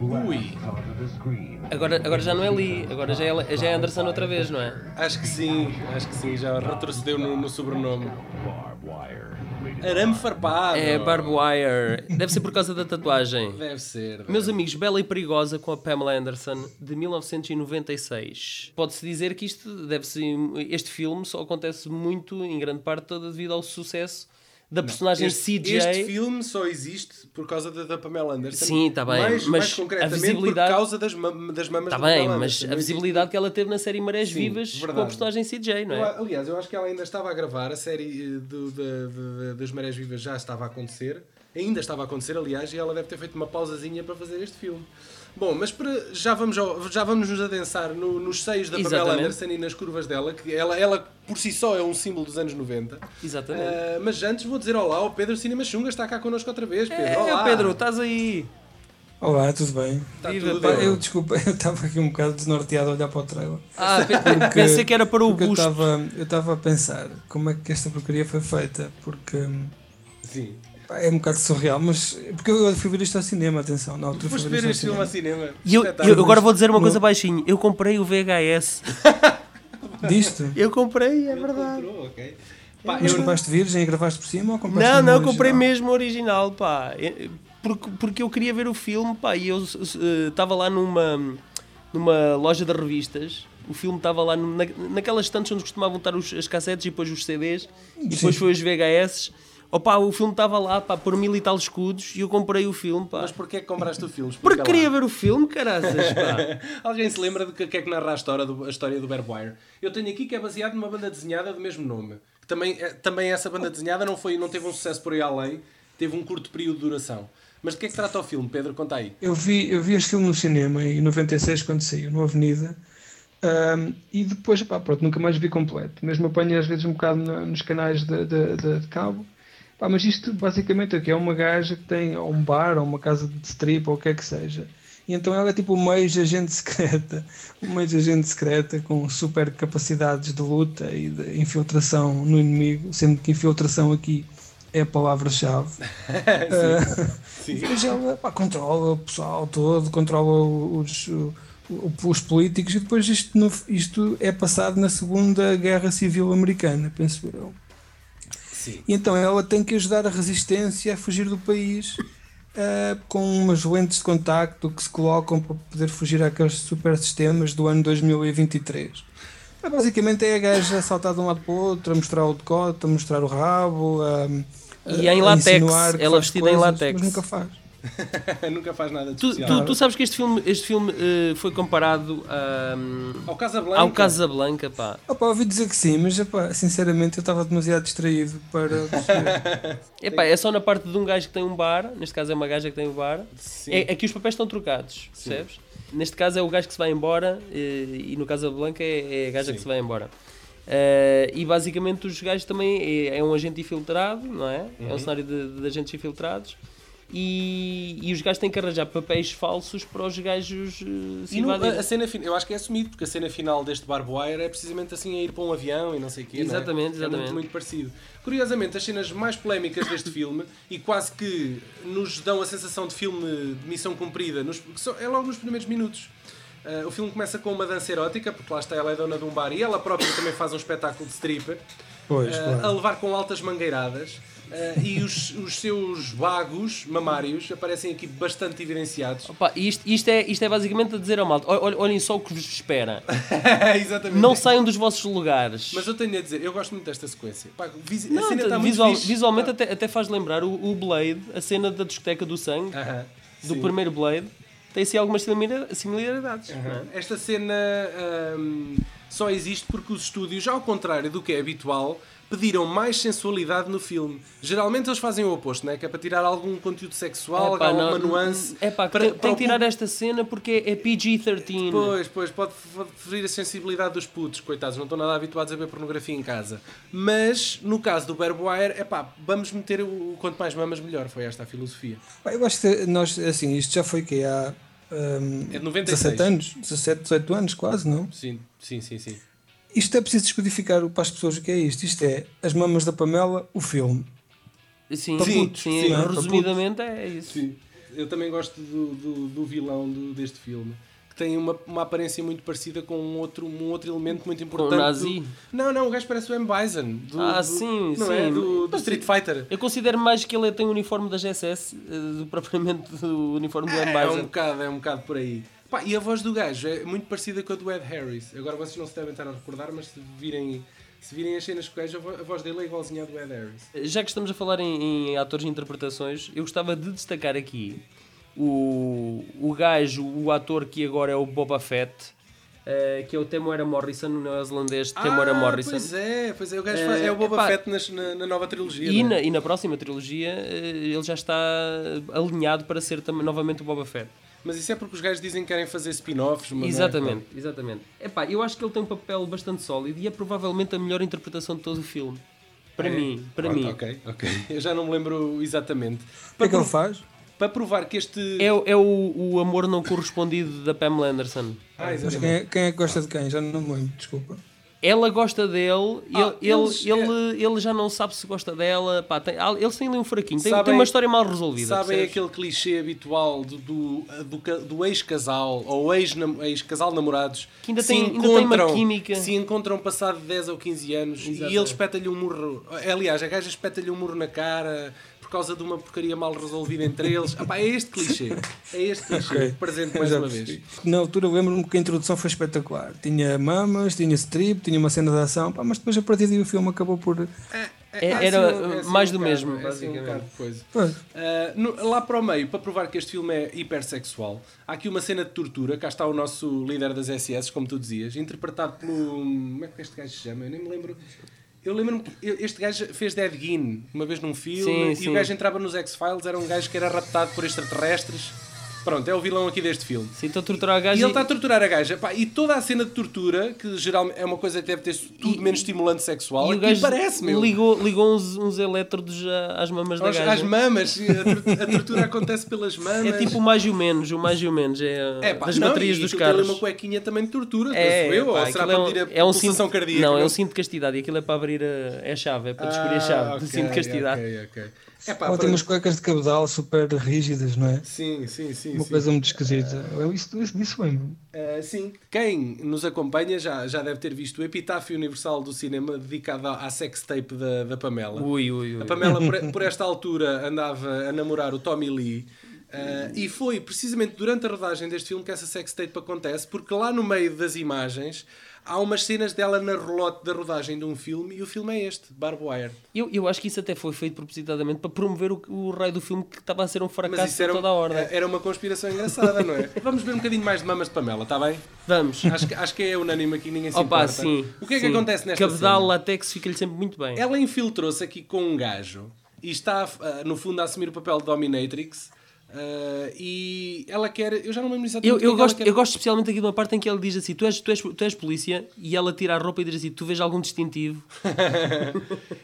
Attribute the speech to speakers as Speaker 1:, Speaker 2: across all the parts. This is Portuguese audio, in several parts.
Speaker 1: Ui.
Speaker 2: Agora, agora já não é Lee, agora já é, já é Anderson outra vez, não é?
Speaker 1: Acho que sim, acho que sim, já retrocedeu no, no sobrenome. Arame farpado.
Speaker 2: É Barb Wire. Deve ser por causa da tatuagem.
Speaker 1: Deve ser. deve
Speaker 2: Meus amigos, Bela e Perigosa com a Pamela Anderson de 1996. Pode-se dizer que isto deve-se. Este filme só acontece muito, em grande parte, toda devido ao sucesso da personagem
Speaker 1: Este,
Speaker 2: CJ.
Speaker 1: este filme só existe por causa da, da Pamela Anderson.
Speaker 2: Sim, tá bem,
Speaker 1: Mais,
Speaker 2: mas
Speaker 1: mais
Speaker 2: a
Speaker 1: concretamente
Speaker 2: visibilidade-
Speaker 1: por causa das, ma- das mamas
Speaker 2: Está
Speaker 1: da
Speaker 2: Tá bem,
Speaker 1: Pamela
Speaker 2: mas
Speaker 1: Anderson.
Speaker 2: a visibilidade que ela teve na série Marés Vivas com a
Speaker 1: verdade.
Speaker 2: personagem CJ,
Speaker 1: Eu
Speaker 2: não é?
Speaker 1: a- aliás, eu acho que ela ainda estava a gravar, a série eh, do, da- da- da- das Marés Vivas já estava a acontecer, ainda estava a acontecer, aliás, e ela deve ter feito uma pausazinha para fazer este filme. Bom, mas para- já, vamos ao- já vamos nos adensar no- nos seios da Pamela
Speaker 2: Exatamente.
Speaker 1: Anderson e nas curvas dela, que ela, ela por si só é um símbolo dos anos 90.
Speaker 2: Exatamente.
Speaker 1: Eh, mas antes vou dizer olá ao Pedro Cinema Xunga, está cá connosco outra vez. Pedro,
Speaker 2: É,
Speaker 1: olá.
Speaker 2: Pedro, estás aí.
Speaker 3: Olá, tudo bem?
Speaker 1: está
Speaker 2: viva,
Speaker 1: tudo
Speaker 3: Pá,
Speaker 1: bem?
Speaker 3: Eu, desculpa, eu estava aqui um bocado desnorteado a olhar para o trailer.
Speaker 2: Ah, pe- pensei que era para o
Speaker 3: Porque eu
Speaker 2: busto.
Speaker 3: estava eu estava a pensar como é que esta porcaria foi feita, porque hum,
Speaker 1: Sim.
Speaker 3: pá, é um bocado surreal, mas porque eu fui ver isto ao cinema, atenção, na altura
Speaker 1: Foste
Speaker 3: fui
Speaker 1: ver
Speaker 3: isto ao
Speaker 1: este filme
Speaker 3: cinema.
Speaker 1: ao cinema.
Speaker 2: E eu,
Speaker 1: Espetáculo.
Speaker 2: eu agora vou dizer uma
Speaker 3: No-
Speaker 2: coisa baixinho. Eu comprei o VHS.
Speaker 3: Disto?
Speaker 2: Eu comprei, é verdade.
Speaker 1: Entrou, ok. assim, Pá,
Speaker 3: Mas
Speaker 1: eu-
Speaker 3: compraste virgem e gravaste por cima ou compraste
Speaker 2: Não,
Speaker 3: no
Speaker 2: não,
Speaker 3: original?
Speaker 2: comprei mesmo o original, pá. Eh, Porque, porque eu queria ver o filme, pá, e eu estava lá numa, numa loja de revistas. O filme estava lá num- na, naquelas estantes onde costumavam estar os, as cassetes e depois os CDs e depois
Speaker 3: Sim.
Speaker 2: foi os VHS. Opa, o filme estava lá, pá, por mil e tal escudos e eu comprei o filme, pá.
Speaker 1: Mas porquê que compraste o filme? Explica
Speaker 2: porque
Speaker 1: lá.
Speaker 2: queria ver o filme, caraças, pá.
Speaker 1: Alguém se lembra de que, que é que narra a história do, a história do Bearwire? Eu tenho aqui que é baseado numa banda desenhada do mesmo nome. Que Também, eh, também essa banda desenhada não, foi, não teve um sucesso por aí além, teve um curto período de duração. Mas de que é que trata o filme, Pedro? Conta aí.
Speaker 3: Eu vi, eu vi este filme no cinema em 96 quando saiu, no Avenida. ahm, e depois, pá, pronto, nunca mais vi completo. Mesmo apanho às vezes um bocado na- nos canais de, de, de- de cabo. Pá, mas isto basicamente é o que é uma gaja que tem ou um bar ou uma casa de strip ou o que é que seja. E então ela é tipo uma ex-agente secreta, uma ex-agente secreta com super capacidades de luta e de infiltração no inimigo, sendo que infiltração aqui é a palavra-chave.
Speaker 1: Sim.
Speaker 3: Mas ela pá, controla o pessoal todo, controla os, o- o- os políticos e depois isto, no- isto é passado na Segunda Guerra Civil Americana, penso eu.
Speaker 1: Sim.
Speaker 3: E então ela tem que ajudar a resistência a fugir do país ah, com umas lentes de contacto que se colocam para poder fugir àqueles super sistemas do ano 2023. Ah, Basicamente é a gaja a saltar de um lado para o outro, a mostrar o decote, a mostrar o rabo, a,
Speaker 2: E
Speaker 3: a-
Speaker 2: em
Speaker 3: a
Speaker 2: látex,
Speaker 3: insinuar que
Speaker 2: ela
Speaker 3: faz
Speaker 2: vestida em
Speaker 3: coisas,
Speaker 2: látex.
Speaker 3: Mas nunca faz.
Speaker 1: Nunca faz nada de
Speaker 2: Tu,
Speaker 1: especial.
Speaker 2: tu- tu sabes que este filme, este filme eh, foi comparado a, hum,
Speaker 1: Ao Casablanca.
Speaker 2: ao Casablanca, pá.
Speaker 3: Opa, ouvi dizer que sim, mas epá, sinceramente eu estava demasiado distraído para perceber.
Speaker 2: Epá, é só na parte de um gajo que tem um bar, neste caso é uma gaja que tem um bar.
Speaker 1: Sim.
Speaker 2: É, é que os papéis estão trocados, percebes? Neste caso é o gajo que se vai embora eh, e no caso da Blanca é, é a gaja
Speaker 1: Sim.
Speaker 2: que se vai embora. Eh, e basicamente os gajos também é, é um agente infiltrado, não é? É
Speaker 1: Uhum.
Speaker 2: um cenário de, de agentes infiltrados. E, e os gajos têm que arranjar papéis falsos para os gajos eh, se
Speaker 1: E no-
Speaker 2: invadirem.
Speaker 1: a, a cena final, eu acho que é assumido, porque a cena final deste Barboire é precisamente assim a ir para um avião e não sei o quê. não é?
Speaker 2: Exatamente,
Speaker 1: É
Speaker 2: exatamente.
Speaker 1: muito, muito parecido. Curiosamente, as cenas mais polémicas deste filme e quase que nos dão a sensação de filme de missão cumprida, nos, que são- é logo nos primeiros minutos. Ah, o filme começa com uma dança erótica, porque lá está ela é dona de um bar e ela própria também faz um espetáculo de stripper.
Speaker 3: Pois,
Speaker 1: Ah,
Speaker 3: claro.
Speaker 1: a levar com altas mangueiradas ah, e os, os seus vagos mamários aparecem aqui bastante evidenciados.
Speaker 2: Opa, isto, isto é, isto é basicamente a dizer ao malta: "Ol- ol- olhem só o que vos espera.
Speaker 1: Exatamente.
Speaker 2: Não saiam dos vossos lugares.
Speaker 1: Mas eu tenho a dizer, eu gosto muito desta sequência. Pá, visi-
Speaker 2: Não,
Speaker 1: a cena
Speaker 2: t-
Speaker 1: está
Speaker 2: visual-
Speaker 1: muito fixe.
Speaker 2: visualmente é até, até faz lembrar o, o Blade, a cena da discoteca do sangue,
Speaker 1: Tá. Aham,
Speaker 2: do
Speaker 1: Ah, sim.
Speaker 2: primeiro Blade, tem assim algumas similira- similaridades. não é?
Speaker 1: Esta cena ahm, só existe porque os estúdios, ao contrário do que é habitual, pediram mais sensualidade no filme. Geralmente eles fazem o oposto, né? que é para tirar algum conduto sexual,
Speaker 2: Epá,
Speaker 1: alguma
Speaker 2: não-
Speaker 1: nuance.
Speaker 2: epá,
Speaker 1: para,
Speaker 2: tem,
Speaker 1: para
Speaker 2: tem
Speaker 1: o
Speaker 2: que tirar
Speaker 1: público.
Speaker 2: esta cena porque é PG-13.
Speaker 1: Pois, pois, pode pode ferir a sensibilidade dos putos, coitados, não estão nada habituados a ver pornografia em casa. Mas, no caso do Barboire, é pá, vamos meter o o quanto mais mamas melhor, foi esta a filosofia.
Speaker 3: Pá, Eu acho que nós, assim, isto já foi que há hum,
Speaker 1: É de 96.
Speaker 3: 17 anos, 17, 18 anos quase, não?
Speaker 1: Sim, sim, sim, sim.
Speaker 3: Isto é preciso descodificar para as pessoas o que é isto. Isto é As Mamas da Pamela, o filme.
Speaker 2: Sim,
Speaker 3: Para
Speaker 2: sim,
Speaker 3: putos,
Speaker 2: sim,
Speaker 3: sim, é, para
Speaker 2: resumidamente é isso.
Speaker 1: Sim. Eu também gosto do, do, do vilão do, deste filme. Que tem uma, uma aparência muito parecida com um outro, um outro elemento muito importante.
Speaker 2: o nazi?
Speaker 1: do- Não, não, o gajo parece o M. Bison. Do,
Speaker 2: Ah,
Speaker 1: do-
Speaker 2: sim,
Speaker 1: não
Speaker 2: sim.
Speaker 1: É? Do, do
Speaker 2: Mas-
Speaker 1: Street Fighter.
Speaker 2: Eu considero mais que ele tem o uniforme da GSS eh, do propriamente do uniforme do
Speaker 1: É,
Speaker 2: M.
Speaker 1: é
Speaker 2: Bison.
Speaker 1: um bocado, é um bocado por aí. Pá, e a voz do gajo é muito parecida com a do Ed Harris. Agora vocês não se devem estar a recordar, mas se virem, se virem as cenas com o gajo, a vo- a voz dele é igualzinha à do Ed Harris.
Speaker 2: Já que estamos a falar em, em atores e interpretações, eu gostava de destacar aqui o, o gajo, o ator que agora é o Boba Fett, eh, que é o Temuera Morrison, o neozelandês Temuera
Speaker 1: ah,
Speaker 2: Morrison.
Speaker 1: Pois é, pois é. O gajo
Speaker 2: Eh,
Speaker 1: faz- é o Boba
Speaker 2: epá.
Speaker 1: Fett nas- na, na nova trilogia.
Speaker 2: E
Speaker 1: não é?
Speaker 2: na, e na próxima trilogia eh, ele já está alinhado para ser também, novamente o Boba Fett.
Speaker 1: Mas isso é porque os gajos dizem que querem fazer spin-offs. mas não é?
Speaker 2: Exatamente, exatamente. Epá, eu acho que ele tem um papel bastante sólido e é provavelmente a melhor interpretação de todo o filme. Para
Speaker 1: É.
Speaker 2: mim, para
Speaker 1: Pronto,
Speaker 2: mim.
Speaker 1: Ok, ok. Eu já não me lembro exatamente.
Speaker 3: O que é que ele faz?
Speaker 1: Para provar que este.
Speaker 2: É, o- é o, o amor não correspondido da Pamela Anderson.
Speaker 1: Ah,
Speaker 3: Mas
Speaker 1: exatamente.
Speaker 3: quem é, quem é que gosta de quem? Já não me lembro, desculpa.
Speaker 2: Ela gosta dele,
Speaker 1: Ah,
Speaker 2: ele,
Speaker 1: eles- é-
Speaker 2: ele, ele, ele já não sabe se gosta dela. Pá, tem, ah, eles têm ali um fraquinho, tem,
Speaker 1: Sabem-
Speaker 2: tem uma história mal resolvida.
Speaker 1: Sabem
Speaker 2: percebes?
Speaker 1: aquele clichê habitual do, do, do ca- do ex-casal ou ex-nam- ex-casal de namorados
Speaker 2: Que ainda
Speaker 1: se
Speaker 2: tem- ainda tem uma química.
Speaker 1: que se encontram passado 10 ou 15 anos
Speaker 2: Exatamente.
Speaker 1: e ele espeta-lhe um murro. Aliás, a gaja espeta-lhe um murro na cara por causa de uma porcaria mal resolvida entre eles. Ah, pá, é este clichê. É este clichê.
Speaker 3: Ok.
Speaker 1: Presente
Speaker 3: Eu
Speaker 1: mais
Speaker 3: já
Speaker 1: uma vez.
Speaker 3: percebi. Na altura eu lembro-me que a introdução foi espetacular. Tinha mamas, tinha strip, tinha uma cena de ação, pá, mas depois a partir daí o filme acabou por.
Speaker 2: É-
Speaker 1: assim
Speaker 2: era,
Speaker 1: um-
Speaker 2: uh,
Speaker 1: assim
Speaker 2: mais
Speaker 1: um bocado,
Speaker 2: do mesmo,
Speaker 1: é assim
Speaker 2: basicamente.
Speaker 1: um bocado de coisa.
Speaker 3: Pois.
Speaker 1: Ah, no- lá para o meio, para provar que este filme é hipersexual, há aqui uma cena de tortura. Cá está o nosso líder das SS, como tu dizias, interpretado pelo. Como é que este gajo se chama? Eu nem me lembro. Eu lembro-me que eu- este gajo fez Dead Gin uma vez num
Speaker 2: Sim,
Speaker 1: filme e
Speaker 2: sim.
Speaker 1: o gajo entrava nos X-Files. Era um gajo que era raptado por extraterrestres. Pronto, é o vilão aqui deste filme.
Speaker 2: Sim, estou a torturar o
Speaker 1: E ele
Speaker 2: gajo.
Speaker 1: tá
Speaker 2: e-
Speaker 1: está a torturar a gaja. Pá, e toda a cena de tortura, que geralmente é uma coisa que deve ter tudo menos estimulante sexual,
Speaker 2: e o
Speaker 1: aqui
Speaker 2: gajo
Speaker 1: parece, meu.
Speaker 2: ligou, ligou uns, uns elétrodos à- às mamas da
Speaker 1: Aos-
Speaker 2: gaja.
Speaker 1: às mamas, a tor- a tortura acontece pelas mamas.
Speaker 2: É tipo o mais e o menos, o mais e o menos. É,
Speaker 1: É, pá,
Speaker 2: das
Speaker 1: não,
Speaker 2: baterias
Speaker 1: e
Speaker 2: dos
Speaker 1: aquilo tem ali
Speaker 2: carros.
Speaker 1: uma cuequinha também de tortura,
Speaker 2: É,
Speaker 1: penso eu,
Speaker 2: pá,
Speaker 1: ou será
Speaker 2: aquilo
Speaker 1: para
Speaker 2: é um-
Speaker 1: medir a
Speaker 2: é um
Speaker 1: pulsação
Speaker 2: cinto,
Speaker 1: cardíaca? Ah,
Speaker 2: Não, é um cinto de castidade. E aquilo é para abrir a, é a chave, é para descobrir a chave do cinto de castidade.
Speaker 1: É pá,
Speaker 3: Ela tem umas cuecas de cabedal super rígidas, não é?
Speaker 1: Sim, sim, sim.
Speaker 3: Uma
Speaker 1: sim.
Speaker 3: coisa muito esquisita. Eu isso, isso, disso lembro.
Speaker 1: Ah, sim. Quem nos acompanha já, já deve ter visto o epitáfio universal do cinema dedicado à à sextape da, da Pamela.
Speaker 2: Ui, ui, ui.
Speaker 1: A Pamela, por, por esta altura, andava a namorar o Tommy Lee. eh, e foi precisamente durante a rodagem deste filme que essa sextape acontece, porque lá no meio das imagens há umas cenas dela na relote da rodagem de um filme, e o filme é este, Barb Wire.
Speaker 2: Eu, eu acho que isso até foi feito propositadamente para promover o, o raio do filme que estava a ser um
Speaker 1: Mas
Speaker 2: fracasso
Speaker 1: isso era, um-
Speaker 2: toda a ordem.
Speaker 1: eh, era uma conspiração engraçada, não é? Vamos ver um bocadinho mais de mamas de Pamela, está bem?
Speaker 2: Vamos.
Speaker 1: Acho que, acho que é unânime aqui, ninguém se
Speaker 2: Opa,
Speaker 1: importa.
Speaker 2: sim.
Speaker 1: o que é
Speaker 2: sim.
Speaker 1: que acontece nesta
Speaker 2: Cabedal,
Speaker 1: cena?
Speaker 2: latex, fica-lhe sempre muito bem.
Speaker 1: Ela infiltrou-se aqui com um gajo e está, ah, no fundo, a assumir o papel de Dominatrix. ah, e ela quer. Eu já não me lembro exatamente
Speaker 2: Eu,
Speaker 1: o que é
Speaker 2: eu,
Speaker 1: que ela
Speaker 2: gosto,
Speaker 1: quer.
Speaker 2: eu gosto especialmente aqui de uma parte em que ele diz assim: tu és, tu, és, tu és polícia, e ela tira a roupa e diz assim: tu vês algum distintivo?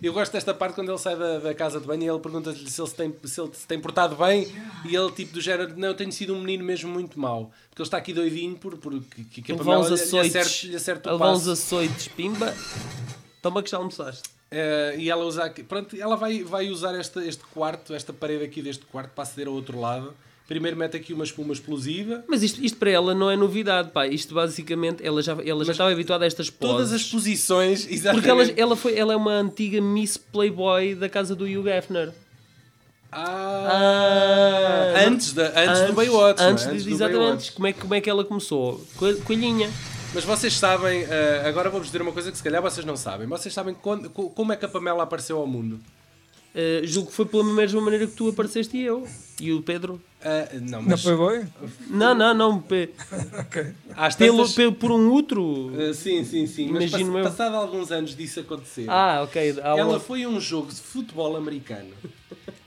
Speaker 1: Eu gosto desta parte quando ele sai da, da casa de banho e ele pergunta-lhe se ele se tem, se ele se tem portado bem e ele, tipo, do género, não, eu tenho sido um menino mesmo muito mau. Porque ele está aqui doidinho por, por que, que- é que a
Speaker 2: Ele levar
Speaker 1: Pamela
Speaker 2: uns
Speaker 1: lhe, lhe
Speaker 2: açoites.
Speaker 1: acerte, lhe acerte
Speaker 2: a
Speaker 1: o
Speaker 2: levar uns
Speaker 1: passo.
Speaker 2: açoites, pimba. Toma que já almoçaste.
Speaker 1: Eh, e ela usa aqui- pronto, ela vai, vai usar esta, este quarto, esta parede aqui deste quarto para aceder ao outro lado. Primeiro mete aqui uma espuma explosiva.
Speaker 2: Mas isto, isto para ela não é novidade, pá. Isto basicamente, ela já, ela já estava habituada a estas poses.
Speaker 1: Todas as posições, exatamente.
Speaker 2: Porque ela, ela, foi, ela é uma antiga Miss Playboy da casa do Hugh Hefner.
Speaker 1: Ah,
Speaker 2: Ah,
Speaker 1: antes, da, antes, do Baywatch. não é?
Speaker 2: Antes, de-
Speaker 1: do
Speaker 2: exatamente.
Speaker 1: Baywatch.
Speaker 2: Como, é, que- como é que ela começou? Co- Coelhinha.
Speaker 1: Mas vocês sabem, eh, agora vou-vos dizer uma coisa que se calhar vocês não sabem. Vocês sabem quando- co- como é que a Pamela apareceu ao mundo?
Speaker 2: Uh, julgo que foi pela mesma maneira que tu apareceste e eu. E o Pedro.
Speaker 1: Ah, não,
Speaker 3: Na
Speaker 1: mas
Speaker 3: Playboy?
Speaker 2: Não, não, não. pe-
Speaker 3: Ok.
Speaker 1: às
Speaker 2: pelo,
Speaker 1: tantas-
Speaker 2: pe- por um outro.
Speaker 1: Ah, sim, sim, sim. Mas
Speaker 2: Imagino eu.
Speaker 1: pass- passado alguns anos disso acontecer,
Speaker 2: Ah, ok. há
Speaker 1: Ela
Speaker 2: outro.
Speaker 1: foi a um jogo de futebol americano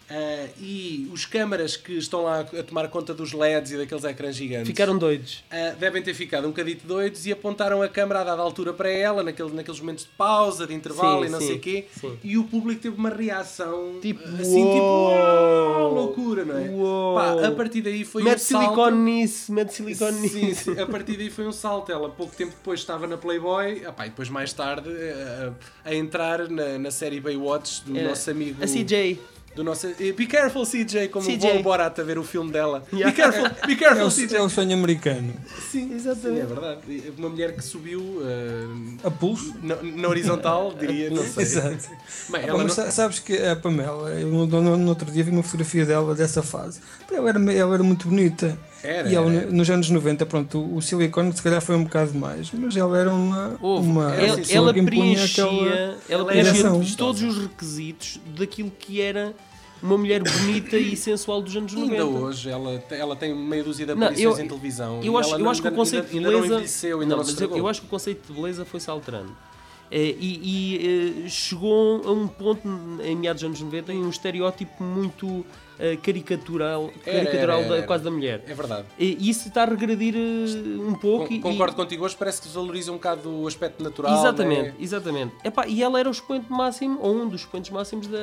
Speaker 1: Ah, e os câmaras que estão lá a tomar conta dos LEDs e daqueles ecrãs gigantes
Speaker 2: Ficaram doidos.
Speaker 1: ah, devem ter ficado um bocadito doidos e apontaram a câmara a dada altura para ela, naquele, naqueles momentos de pausa, de intervalo
Speaker 2: Sim,
Speaker 1: e não
Speaker 2: sim,
Speaker 1: sei o quê.
Speaker 2: sim.
Speaker 1: E o público teve uma reação
Speaker 2: Tipo,
Speaker 1: assim, tipo,
Speaker 2: uou!
Speaker 1: "Uau, loucura, não é?
Speaker 2: Uou!
Speaker 1: Pá, a partir daí foi um
Speaker 2: Mete
Speaker 1: salto-
Speaker 2: silicone nisso, mete silicone nisso.
Speaker 1: Sim, sim. A partir daí foi um salto. Ela pouco tempo depois estava na Playboy, ah pá, e depois mais tarde eh, a, a entrar na, na série Baywatch do
Speaker 2: É,
Speaker 1: nosso amigo
Speaker 2: A CJ.
Speaker 1: do nosso. eh, Be careful, CJ, como
Speaker 2: CJ.
Speaker 1: vão Borat a ver o filme dela.
Speaker 2: Yeah.
Speaker 1: Be careful, be
Speaker 3: É
Speaker 1: careful,
Speaker 3: o,
Speaker 1: CJ.
Speaker 3: é o sonho americano.
Speaker 1: Sim,
Speaker 2: Exatamente.
Speaker 1: Sim, é verdade. Uma mulher que subiu eh,
Speaker 3: A pulso.
Speaker 1: na, na horizontal, diria, não sei.
Speaker 3: Exato.
Speaker 1: Bem,
Speaker 3: Ah,
Speaker 1: ela
Speaker 3: mas
Speaker 1: não-
Speaker 3: sa- Sabes que a Pamela, eu no, no- no outro dia vi uma fotografia dela dessa fase. Pá, Ela era, ela era muito bonita.
Speaker 1: Era,
Speaker 3: e ela,
Speaker 1: era.
Speaker 3: nos anos 90, pronto, o, o silicone se calhar foi um bocado mais, mas ela era uma.
Speaker 2: Houve.
Speaker 3: uma
Speaker 2: ela,
Speaker 3: pessoa
Speaker 2: ela
Speaker 3: que impunha
Speaker 2: preenchia,
Speaker 3: aquela-
Speaker 2: ela
Speaker 1: era
Speaker 2: preenchia
Speaker 3: ação.
Speaker 2: todos os requisitos daquilo que era uma mulher bonita e sensual dos anos 90.
Speaker 1: Ainda hoje ela, te- ela tem meia dúzia de
Speaker 2: Não,
Speaker 1: aparições
Speaker 2: eu-
Speaker 1: em televisão.
Speaker 2: Eu
Speaker 1: e
Speaker 2: acho,
Speaker 1: ela
Speaker 2: eu
Speaker 1: não-
Speaker 2: acho que o
Speaker 1: ainda-
Speaker 2: conceito
Speaker 1: ainda,
Speaker 2: de
Speaker 1: ainda
Speaker 2: beleza.
Speaker 1: não envelheceu, ainda não,
Speaker 2: mas
Speaker 1: se
Speaker 2: eu, eu acho que o conceito de beleza foi se alterando. Eh, e e, eh, chegou a um ponto em meados dos anos 90 em um estereótipo muito eh, caricatural,
Speaker 1: Era, era,
Speaker 2: caricatural
Speaker 1: era,
Speaker 2: da-
Speaker 1: era.
Speaker 2: quase da mulher.
Speaker 1: É verdade.
Speaker 2: E isso está a regredir eh, um pouco.
Speaker 1: Con-
Speaker 2: e-
Speaker 1: Concordo
Speaker 2: e,
Speaker 1: contigo, hoje parece que desvaloriza um bocado o aspecto natural.
Speaker 2: Exatamente,
Speaker 1: né?
Speaker 2: exatamente. Epá, e ela era o expoente máximo, ou um dos expoentes máximos da,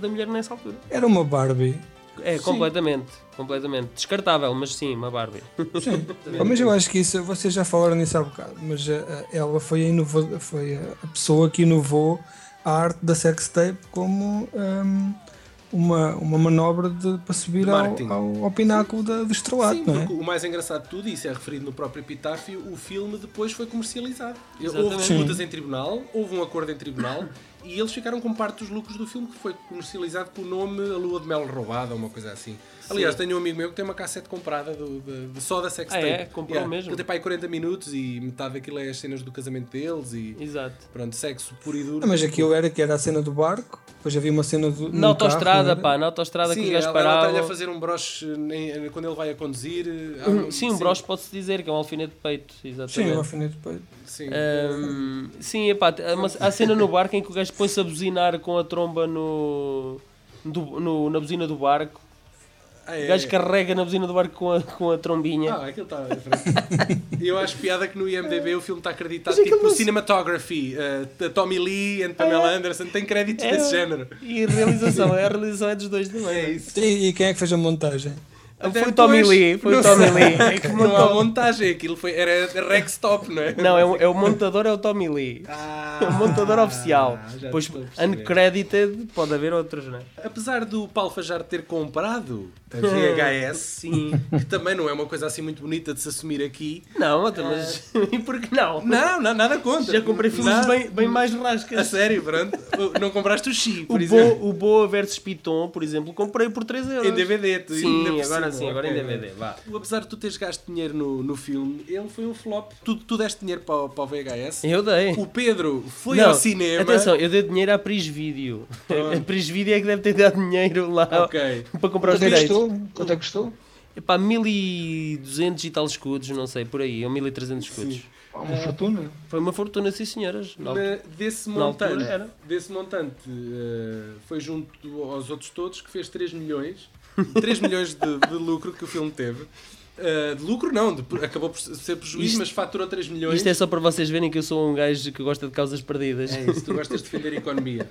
Speaker 2: da mulher nessa altura.
Speaker 3: Era uma Barbie.
Speaker 2: É,
Speaker 1: Sim.
Speaker 2: completamente, completamente. Descartável, mas sim, uma Barbie.
Speaker 3: Sim. Pá, Ah, mas eu acho que isso, vocês já falaram nisso há bocado, mas eh, ela foi a, inova- foi a pessoa que inovou a arte da sextape como ehm, uma, uma manobra de, para subir ao,
Speaker 1: Marketing.
Speaker 3: ao- ao pináculo da, do estrelato,
Speaker 1: Sim,
Speaker 3: não é?
Speaker 1: porque o mais engraçado de tudo, e isso é referido no próprio epitáfio, o filme depois foi comercializado. Houve
Speaker 2: Exatamente.
Speaker 1: disputas em tribunal, houve um acordo em tribunal e eles ficaram com parte dos lucros do filme que foi comercializado com o nome A Lua de Mel Roubada, uma coisa assim. Aliás, tenho um amigo meu que tem uma cassete comprada do, de, de só da sextape.
Speaker 2: Ah, é? Comprou mesmo?
Speaker 1: Ele tem para aí 40 minutos e metade daquilo é as cenas do casamento deles e
Speaker 2: Exato. é
Speaker 1: pronto, sexo puro e duro.
Speaker 3: Não, Ah, mas aquilo era que era a cena do barco, depois havia uma cena do,
Speaker 2: Na
Speaker 3: num carro,
Speaker 2: autoestrada,
Speaker 3: não era?
Speaker 2: pá, na autoestrada que os
Speaker 1: né? Sim,
Speaker 2: gajos
Speaker 1: ela, ela está-lhe a
Speaker 2: paravam.
Speaker 1: fazer um broche em- quando ele vai a conduzir. eh, Há
Speaker 2: Um- Sim, um broche pode-se dizer que é um alfinete de peito,
Speaker 3: Sim, o
Speaker 2: exatamente.
Speaker 3: alfinete depois.
Speaker 1: Sim.
Speaker 2: eh, Ahm, sim, epá, há uma- há cena no barco em que o gajo põe-se a buzinar com a tromba no, do- no- na buzina do barco.
Speaker 1: Ah, é,
Speaker 2: O gajo
Speaker 1: é.
Speaker 2: carrega na buzina do barco com a, com a trombinha.
Speaker 1: Ah, aquilo está Eu acho piada que no IMDB o filme está acreditado
Speaker 2: Mas aquilo
Speaker 1: tipo
Speaker 2: não se-
Speaker 1: Cinematography, eh, t- Tommy Lee and Pamela Anderson, tem créditos
Speaker 2: É.
Speaker 1: desse género.
Speaker 2: E a realização, a realização é dos dois também.
Speaker 1: É isso.
Speaker 3: E, e quem é que fez a montagem?
Speaker 2: Foi o
Speaker 1: Até
Speaker 2: Tommy
Speaker 1: depois,
Speaker 2: Lee, foi o
Speaker 1: não
Speaker 2: Tommy
Speaker 1: sei.
Speaker 2: Lee.
Speaker 1: É que não há montagem, aquilo foi, era Rex Top, não é?
Speaker 2: Não, é o, é o montador, é o Tommy Lee.
Speaker 1: Ah,
Speaker 2: É o montador oficial.
Speaker 1: já
Speaker 2: Pois,
Speaker 1: estou a perceber.
Speaker 2: uncredited, pode haver outros, não é?
Speaker 1: Apesar do Paulo Fajardo ter comprado a
Speaker 2: Hum.
Speaker 1: VHS,
Speaker 2: Sim.
Speaker 1: que também não é uma coisa assim muito bonita de se assumir aqui.
Speaker 2: Não, outra, mas. E por que não?
Speaker 1: Ah. Não, não nada contra.
Speaker 2: Já comprei filmes
Speaker 1: Nada-
Speaker 2: bem, bem mais
Speaker 1: A
Speaker 2: rascas.
Speaker 1: sério, pronto. Não compraste o Chi,
Speaker 2: O,
Speaker 1: por exemplo.
Speaker 2: Bo, o Boa versus Piton, por exemplo, comprei por 3 euros.
Speaker 1: Em DVD, tu ainda por
Speaker 2: Sim, agora
Speaker 1: cima,
Speaker 2: sim, agora em
Speaker 1: ok.
Speaker 2: DVD, vá.
Speaker 1: Tu, Apesar de tu teres gasto dinheiro no, no filme, ele foi um flop. Tu, tu deste dinheiro para, o- para o VHS.
Speaker 2: Eu dei.
Speaker 1: O Pedro foi
Speaker 2: Não,
Speaker 1: ao cinema.
Speaker 2: Atenção, eu dei dinheiro à Prisvídeo. A Prisvídeo é que deve ter dado dinheiro lá
Speaker 1: Ah. Ok.
Speaker 2: para comprar os
Speaker 3: Quanto é que
Speaker 2: direitos.
Speaker 3: custou? Quanto é que custou?
Speaker 2: Epá, 1200 e tal escudos, não sei, por aí, ou 1300 escudos.
Speaker 3: Pá, Uma
Speaker 2: Ah.
Speaker 3: fortuna.
Speaker 2: Foi uma fortuna, sim senhoras. na altura.
Speaker 1: Na- desse
Speaker 2: na altura
Speaker 1: montante,
Speaker 2: era.
Speaker 1: desse montante eh, foi junto aos outros todos que fez 3 milhões 3 milhões de, de lucro que o filme teve Eh, de lucro não, de- acabou por ser prejuízo
Speaker 2: Isto-
Speaker 1: mas faturou 3 milhões
Speaker 2: Isto é só para vocês verem que eu sou um gajo que gosta de causas perdidas.
Speaker 1: É isso, tu gostas de defender a economia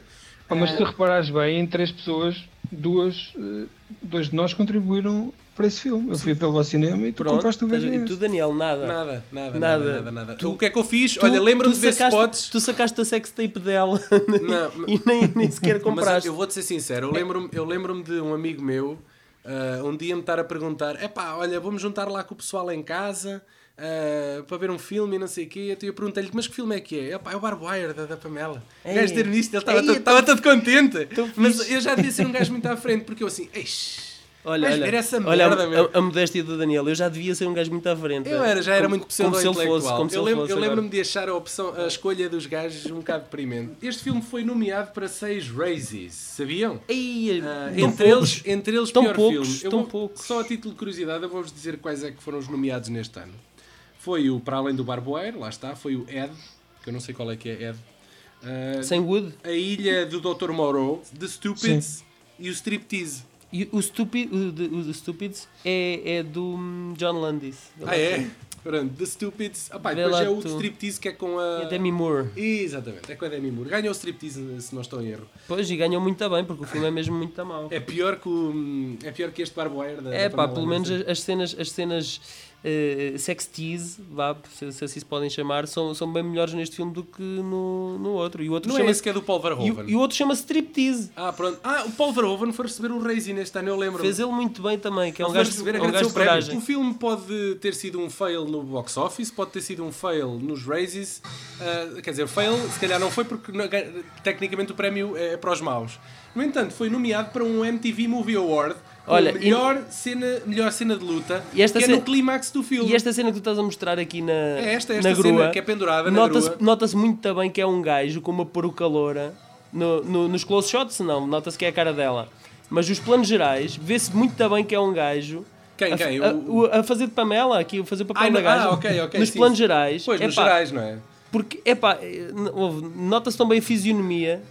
Speaker 3: Pá, Ah, mas se tu reparares bem, em três pessoas, duas, eh, dois de nós contribuíram para esse filme. Eu fui pelo ao cinema e tu compraste o
Speaker 2: estás- e
Speaker 3: VHS.
Speaker 2: tu, Daniel, nada.
Speaker 1: Nada, nada, nada,
Speaker 2: Nada.
Speaker 1: nada, nada. O que é que eu fiz? Olha, lembra-me
Speaker 2: tu
Speaker 1: de ver
Speaker 2: sacaste-
Speaker 1: spots.
Speaker 2: Tu sacaste a sextape dela
Speaker 1: Não,
Speaker 2: e nem, nem sequer
Speaker 1: Mas
Speaker 2: compraste. É.
Speaker 1: eu vou-te ser sincero, eu lembro-me eu lembro de um amigo meu ah, um dia me estar a perguntar: epá, olha, vamos juntar lá com o pessoal em casa ah, para ver um filme e não sei o quê. Então eu perguntei-lhe: mas que filme é que é? Epá, é o Barbwire da, da Pamela.
Speaker 2: É.
Speaker 1: O gajo ter nisto, ele estava
Speaker 2: Ei,
Speaker 1: todo,
Speaker 2: eu
Speaker 1: estava todo contente.
Speaker 2: tô então fixe.
Speaker 1: Mas eu já devia ser um gajo muito à frente, porque eu assim, eixe.
Speaker 2: Olha,
Speaker 1: vais
Speaker 2: olha,
Speaker 1: ver essa
Speaker 2: olha
Speaker 1: merda,
Speaker 2: a-
Speaker 1: meu.
Speaker 2: a, a modéstia do Daniel. Eu já devia ser um gajo muito à frente.
Speaker 1: Eu era, já era
Speaker 2: Como-
Speaker 1: muito
Speaker 2: como se ele
Speaker 1: pseudo-intelectual.
Speaker 2: fosse, como se
Speaker 1: eu
Speaker 2: ele
Speaker 1: lembro-
Speaker 2: fosse
Speaker 1: eu
Speaker 2: agora.
Speaker 1: lembro-me de achar a, opção, a escolha dos gajos um bocado deprimente. Este filme foi nomeado para seis Razzies, sabiam?
Speaker 2: Ei,
Speaker 1: Ah,
Speaker 2: tão
Speaker 1: entre,
Speaker 2: poucos.
Speaker 1: eles, entre eles,
Speaker 2: Tão
Speaker 1: pior
Speaker 2: poucos,
Speaker 1: filme. Eu
Speaker 2: tão
Speaker 1: vou-
Speaker 2: poucos.
Speaker 1: Só a título de curiosidade, eu vou-vos dizer quais é que foram os nomeados neste ano. Foi o Para Além do Barboeiro, lá está, foi o Ed, que eu não sei qual é que é Ed. Ah,
Speaker 2: Sem Wood.
Speaker 1: a Ilha do Dr. Moreau, The Stupids e o Striptease.
Speaker 2: E o, Stupi- o de- o de Stupids é, é do hum, John Landis.
Speaker 1: Ah, é? Pronto, The Stupids. Ah, pá,
Speaker 2: Vê
Speaker 1: depois
Speaker 2: lá
Speaker 1: é o
Speaker 2: tu.
Speaker 1: Striptease que é com
Speaker 2: É
Speaker 1: a.
Speaker 2: Demi Moore.
Speaker 1: Exatamente, é com a Demi Moore. Ganhou o Striptease, se não estou em erro.
Speaker 2: Pois, e ganhou muito bem, porque o filme é mesmo muito mau.
Speaker 1: É pior que, o, é pior que este Barboeiro da. da
Speaker 2: É pá,
Speaker 1: Pamela
Speaker 2: pelo menos
Speaker 1: Anderson.
Speaker 2: as, as cenas, as cenas uh, sex tease, vá, se, se assim se podem chamar, são, são bem melhores neste filme do que no, no outro. E o outro
Speaker 1: Não é
Speaker 2: chama
Speaker 1: esse que é do Paul
Speaker 2: e, o-
Speaker 1: Verhoeven.
Speaker 2: e o outro chama-se striptease.
Speaker 1: Ah, pronto. Ah, o Paul Verhoeven foi receber o Raisin este ano, eu lembro.
Speaker 2: Fez ele muito bem também, que é um
Speaker 1: Foi
Speaker 2: gajo,
Speaker 1: receber,
Speaker 2: é um
Speaker 1: agradecer
Speaker 2: gajo
Speaker 1: o
Speaker 2: de
Speaker 1: prémio.
Speaker 2: coragem.
Speaker 1: O filme pode ter sido um fail no box office, pode ter sido um fail nos raises. ah, quer dizer, fail se calhar não foi porque não- tecnicamente o prémio é para os maus. No entanto, foi nomeado para um MTV Movie Award. com
Speaker 2: Olha,
Speaker 1: a melhor, cena, melhor cena de luta
Speaker 2: E esta
Speaker 1: que é
Speaker 2: cena-
Speaker 1: no clímax do filme.
Speaker 2: E esta cena que tu estás a mostrar aqui na,
Speaker 1: É esta, esta
Speaker 2: na
Speaker 1: cena
Speaker 2: grua,
Speaker 1: que é pendurada na
Speaker 2: nota-se,
Speaker 1: grua.
Speaker 2: Nota-se muito também que é um gajo com uma perucaloura. No, no, nos close shots, não, nota-se que é a cara dela. Mas os planos gerais, vê-se muito também que é um gajo.
Speaker 1: Quem,
Speaker 2: a,
Speaker 1: quem?
Speaker 2: A,
Speaker 1: O-
Speaker 2: o- a fazer de Pamela, aqui, a fazer o papel
Speaker 1: Ah,
Speaker 2: da
Speaker 1: não-
Speaker 2: gaja.
Speaker 1: ah, ok, ok,
Speaker 2: Nos
Speaker 1: sim,
Speaker 2: planos
Speaker 1: sim.
Speaker 2: gerais.
Speaker 1: Pois, nos
Speaker 2: epá,
Speaker 1: gerais, não é?
Speaker 2: Porque, epá, eh, n- houve- nota-se também a fisionomia.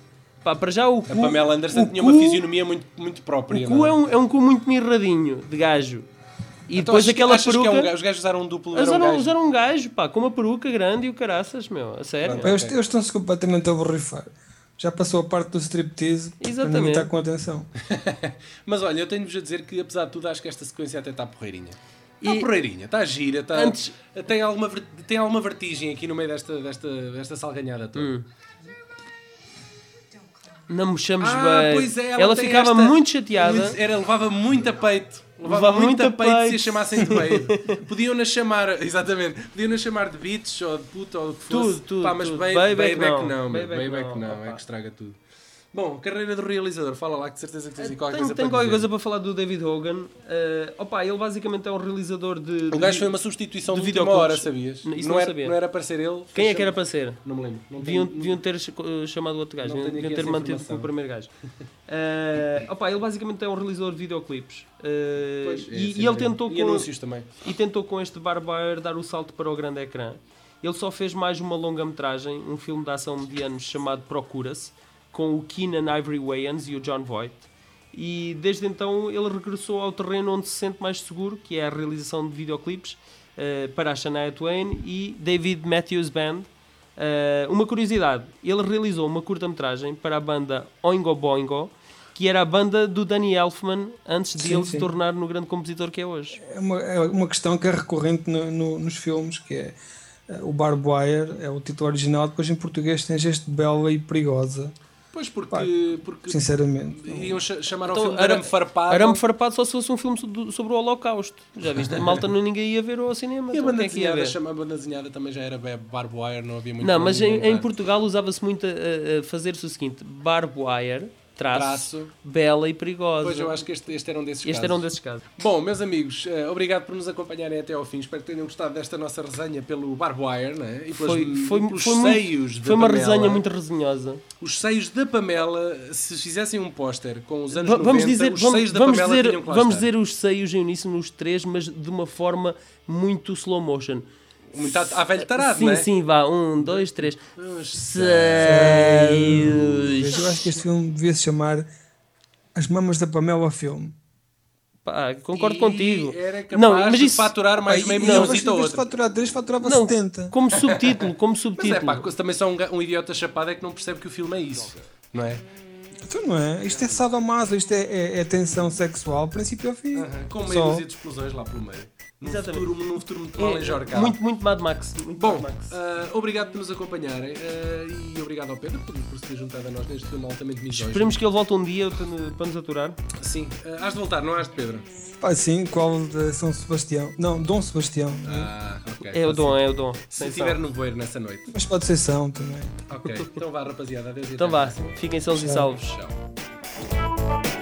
Speaker 2: Pá, para já o cu,
Speaker 1: A Pamela Anderson
Speaker 2: o
Speaker 1: tinha
Speaker 2: cu-
Speaker 1: uma fisionomia muito, muito própria.
Speaker 2: O cu
Speaker 1: não
Speaker 2: é um, é um cu muito mirradinho, de gajo. E
Speaker 1: Então,
Speaker 2: depois
Speaker 1: achas que-
Speaker 2: aquela
Speaker 1: achas que é um
Speaker 2: peruca...
Speaker 1: gajo- os gajos usaram um duplo.
Speaker 2: Eles
Speaker 1: era um
Speaker 2: eram,
Speaker 1: gajo?
Speaker 2: eles eram um gajo, pá, com uma peruca grande e o caraças, meu, a sério.
Speaker 1: Pronto.
Speaker 3: Eles, eles estão-se completamente a borrifar. Já passou a parte do striptease,
Speaker 2: Exatamente.
Speaker 3: ninguém está com atenção.
Speaker 1: Mas olha, eu tenho-vos a dizer que, apesar de tudo, acho que esta sequência até está porreirinha. Está
Speaker 2: E-
Speaker 1: porreirinha, está gira, está...
Speaker 2: Antes-
Speaker 1: Tem, alguma, ver- tem alguma vertigem aqui no meio desta, desta, desta salganhada toda.
Speaker 2: Hum. Não me chames
Speaker 1: Ah,
Speaker 2: bem.
Speaker 1: pois é, ela, tem
Speaker 2: ficava
Speaker 1: esta- é.
Speaker 2: muito chateada.
Speaker 1: Era, levava muito a peito. Levava,
Speaker 2: Levava
Speaker 1: muito, a
Speaker 2: muito a
Speaker 1: peito, se a
Speaker 2: peito.
Speaker 1: chamassem de babe. Podiam-na chamar, exatamente, podiam-na chamar de bitch ou de puta ou do que fosse.
Speaker 2: Tudo, tudo,
Speaker 1: Pá, mas
Speaker 2: tudo.
Speaker 1: Babe,
Speaker 2: Babe é
Speaker 1: babe
Speaker 2: que
Speaker 1: é
Speaker 2: não.
Speaker 1: que não, meu,
Speaker 2: Babe é que
Speaker 1: babe é que
Speaker 2: não,
Speaker 1: não, é
Speaker 2: opá.
Speaker 1: que estraga tudo. Bom, carreira do realizador, fala lá que de certeza que tens aí qualquer
Speaker 2: Ah, Tenho,
Speaker 1: coisa
Speaker 2: tenho
Speaker 1: para
Speaker 2: qualquer
Speaker 1: dizer.
Speaker 2: coisa para falar do David Hogan. Eh, opa, ele basicamente é um realizador de.
Speaker 1: O
Speaker 2: de-
Speaker 1: gajo foi uma substituição
Speaker 2: de
Speaker 1: de, última
Speaker 2: videoclubes.
Speaker 1: hora, sabias?
Speaker 2: Isso não
Speaker 1: era,
Speaker 2: sabia.
Speaker 1: não era para ser ele.
Speaker 2: Quem é
Speaker 1: fechou-
Speaker 2: que era para ser?
Speaker 1: Não me lembro. Não
Speaker 2: Deviam,
Speaker 1: tenho-
Speaker 2: deviam ter esco- eh, chamado outro gajo,
Speaker 1: Não tenho
Speaker 2: deviam, deviam
Speaker 1: aqui
Speaker 2: ter
Speaker 1: essa
Speaker 2: mantido com
Speaker 1: informação.
Speaker 2: o primeiro gajo. Eh, opa, ele basicamente é um realizador de videoclipes. Eh,
Speaker 1: Pois, é,
Speaker 2: e,
Speaker 1: sim,
Speaker 2: e ele
Speaker 1: sim.
Speaker 2: tentou
Speaker 1: E
Speaker 2: com.
Speaker 1: anúncios também.
Speaker 2: e tentou com este Barbier dar o salto para o grande ecrã. Ele só fez mais uma longa-metragem, um filme de ação mediano chamado Procura-se, com o Keenan Ivory Wayans e o John Voight. E desde então ele regressou ao terreno onde se sente mais seguro, que é a realização de videoclipes eh, para a Shania Twain e David Matthews Band. Eh, uma curiosidade, ele realizou uma curta-metragem para a banda Oingo Boingo, que era a banda do Danny Elfman antes de
Speaker 3: Sim,
Speaker 2: ele se
Speaker 3: sim.
Speaker 2: tornar no grande compositor que é hoje.
Speaker 3: É uma, é uma questão que é recorrente no- no- nos filmes, que é eh, o Barb Wire, é o título original, depois em português tens este Bela e Perigosa,
Speaker 1: Pois porque.
Speaker 3: Pá,
Speaker 1: porque
Speaker 3: sinceramente.
Speaker 1: iam cha- chamar ao
Speaker 2: Então,
Speaker 1: filme de
Speaker 2: era-
Speaker 1: Arame Farpado.
Speaker 2: Arame farpado só se fosse um filme so- do- sobre o Holocausto. Já viste? A malta não ninguém ia ver ao cinema.
Speaker 1: E a
Speaker 2: então
Speaker 1: banda
Speaker 2: quem é que ia
Speaker 1: desenhada,
Speaker 2: ver?
Speaker 1: chama- a banda desenhada também já era be- Barb Wire, não havia muito
Speaker 2: Não,
Speaker 1: para
Speaker 2: mas
Speaker 1: onde
Speaker 2: em, em
Speaker 1: inventar.
Speaker 2: Portugal usava-se muito a, a- a fazer-se o seguinte: barb wire, traço,
Speaker 1: Traço.
Speaker 2: bela e perigosa.
Speaker 1: Pois eu acho que este, este era um desses
Speaker 2: este
Speaker 1: casos.
Speaker 2: era um desses casos.
Speaker 1: Bom, meus amigos, eh, obrigado por nos acompanharem até ao fim. Espero que tenham gostado desta nossa resenha pelo Barb Wire né? e pelas,
Speaker 2: Foi, foi,
Speaker 1: pelos
Speaker 2: foi,
Speaker 1: seios
Speaker 2: muito,
Speaker 1: da
Speaker 2: foi uma
Speaker 1: Pamela.
Speaker 2: resenha muito resenhosa.
Speaker 1: Os seios da Pamela, se fizessem um póster com os anos
Speaker 2: Va- vamos
Speaker 1: 90,
Speaker 2: dizer,
Speaker 1: os
Speaker 2: vamos,
Speaker 1: seios da
Speaker 2: vamos
Speaker 1: Pamela
Speaker 2: dizer,
Speaker 1: tinham que lá
Speaker 2: vamos
Speaker 1: estar.
Speaker 2: dizer os seios em uníssono, os três, mas de uma forma muito slow motion.
Speaker 1: Muito à, à velha tarado,
Speaker 2: sim,
Speaker 1: né?
Speaker 2: sim, vá. Um, dois, três.
Speaker 1: Os
Speaker 2: Seios.
Speaker 3: Então, Eu acho que este filme devia se chamar As Mamas da Pamela Filme.
Speaker 2: Pá, concordo
Speaker 1: E
Speaker 2: contigo.
Speaker 1: Era capaz
Speaker 2: Não, mas
Speaker 1: de
Speaker 2: isso.
Speaker 1: faturar mais
Speaker 3: Pá,
Speaker 1: meio
Speaker 3: e-
Speaker 1: milhão
Speaker 3: e depois,
Speaker 1: ou
Speaker 3: em vez
Speaker 1: outro.
Speaker 3: de faturar 3, faturava
Speaker 2: Não,
Speaker 3: 70.
Speaker 2: como subtítulo, como
Speaker 1: Mas é
Speaker 2: subtítulo.
Speaker 1: pá, também só um, ga- um idiota chapado é que não percebe que o filme é isso. Não é?
Speaker 3: Então não é? Isto é sadomaso, isto é, é, é tensão sexual, princípio ao fim.
Speaker 1: Com meia
Speaker 3: Só.
Speaker 1: dúzia de explosões lá pelo meio. Num
Speaker 2: Exatamente. É,
Speaker 1: futuro, num futuro muito mal enjorcado.
Speaker 2: muito, muito Mad Max. Muito
Speaker 1: Bom,
Speaker 2: Mad Max.
Speaker 1: ah, obrigado por nos acompanharem ah, e obrigado ao Pedro por, por se ter juntado a nós neste filme altamente misógino.
Speaker 2: Esperemos que ele volte um dia para, para nos aturar.
Speaker 1: Sim, ah, has de voltar, não has de Pedro?
Speaker 3: Pá, sim, qual de São Sebastião? Não, Dom Sebastião.
Speaker 1: Ah, ok.
Speaker 2: É o dom, é o dom.
Speaker 1: Se
Speaker 2: Atenção.
Speaker 1: estiver no voeiro nessa noite.
Speaker 3: Mas pode ser São também.
Speaker 1: Ok, então vá rapaziada, adeus e
Speaker 2: Então
Speaker 1: até à
Speaker 2: vá,
Speaker 1: próxima.
Speaker 2: fiquem sãos e salvos.
Speaker 1: Tchau.